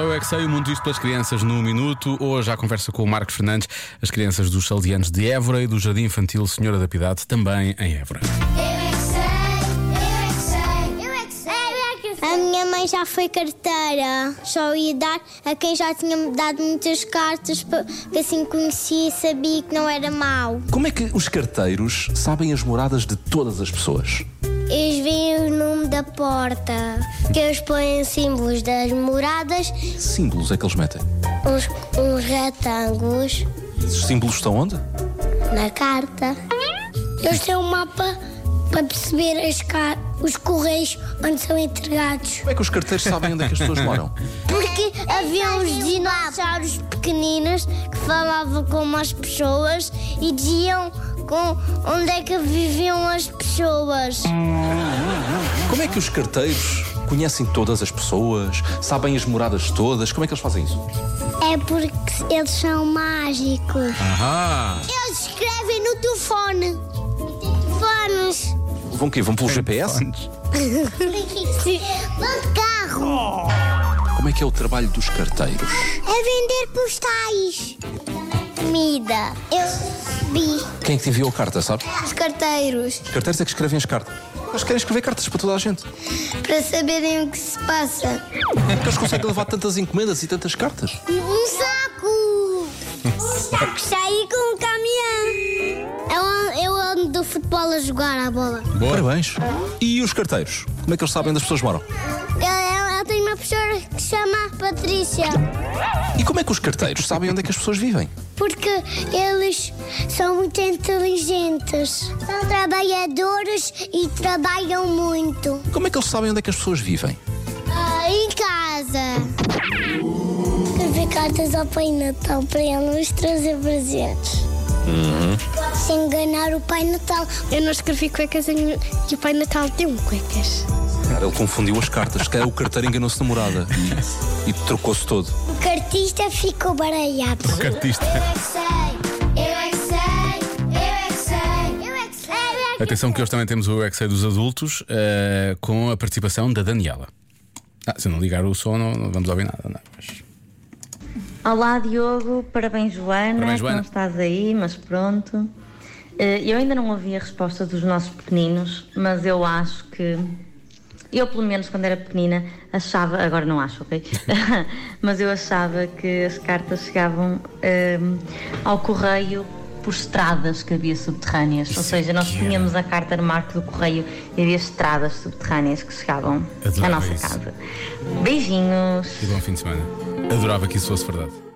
é que sei, o mundo isto pelas crianças num minuto. Hoje à conversa com o Marcos Fernandes, as crianças dos Saldianos de Évora e do Jardim Infantil Senhora da Piedade, também em Évora. Eu é que sei, eu é que sei, eu é que sei, eu é que sei. A minha mãe já foi carteira, só ia dar a quem já tinha me dado muitas cartas, pa- que assim conhecia e sabia que não era mau. Como é que os carteiros sabem as moradas de todas as pessoas? Eles veem o nome da porta, que eles põem símbolos das moradas, Que símbolos é que eles metem? uns, uns retângulos Esses símbolos estão onde? na carta. Eles têm um mapa para perceber os correios onde são entregados. Como é que os carteiros sabem onde é que as pessoas moram? Porque havia uns dinossauros pequeninos que falavam com as pessoas e diziam com onde é que viviam as pessoas. Como é que os carteiros conhecem todas as pessoas? Sabem as moradas todas? Como é que eles fazem isso? É porque eles são mágicos. Ahá! Eles escrevem no telefone. Telefones. Vão quê? Vão pelo GPS? Vão de carro. Como é que é o trabalho dos carteiros? É vender postais. Comida. Eu vi. Quem é que te enviou a carta, sabe? Os carteiros. Os carteiros é que escrevem as cartas. Eles querem escrever cartas para toda a gente. Como Para saberem o que se passa. é que eles conseguem levar tantas encomendas e tantas cartas? Um saco! Um saco saí com um caminhão! É Eu, eu ando do futebol a jogar a bola. Boa! Parabéns. E os carteiros? Como é que eles sabem onde as pessoas moram? Eu, eu- eu tenho uma professora que se chama Patrícia, E como é que os carteiros sabem onde é que as pessoas vivem? porque eles são muito inteligentes. São trabalhadores e trabalham muito. Como é que eles sabem onde é que as pessoas vivem? Tá em casa. Escrevi cartas ao Pai Natal para ele nos trazer presentes. Pode-se enganar o Pai Natal. Eu não escrevi cuecas e o Pai Natal deu-me cuecas. Ele confundiu as cartas. Se calhar o carteiro enganou-se de morada. E trocou-se todo. O cartista ficou baralhado. Que artista! Eu é que sei, eu é que sei, eu é que sei, eu é que sei. Atenção que hoje também temos o Exei dos Adultos eh, com a participação da Daniela. Ah, se não ligar o som, não, não vamos ouvir nada, não é? Mas- Olá Diogo, parabéns Joana, Parabéns, que Joana. não estás aí, mas pronto. Eh, Eu ainda não ouvi a resposta dos nossos pequeninos, mas eu acho que eu pelo menos quando era pequenina achava, agora não acho, ok? mas eu achava que as cartas chegavam ehm, ao correio por estradas que havia subterrâneas, ou Isso é seja, nós que era. punhamos a carta no marco do correio e havia estradas subterrâneas que chegavam à Adorava nossa isso. casa. Beijinhos! E bom fim de semana. Adorava que isso fosse verdade.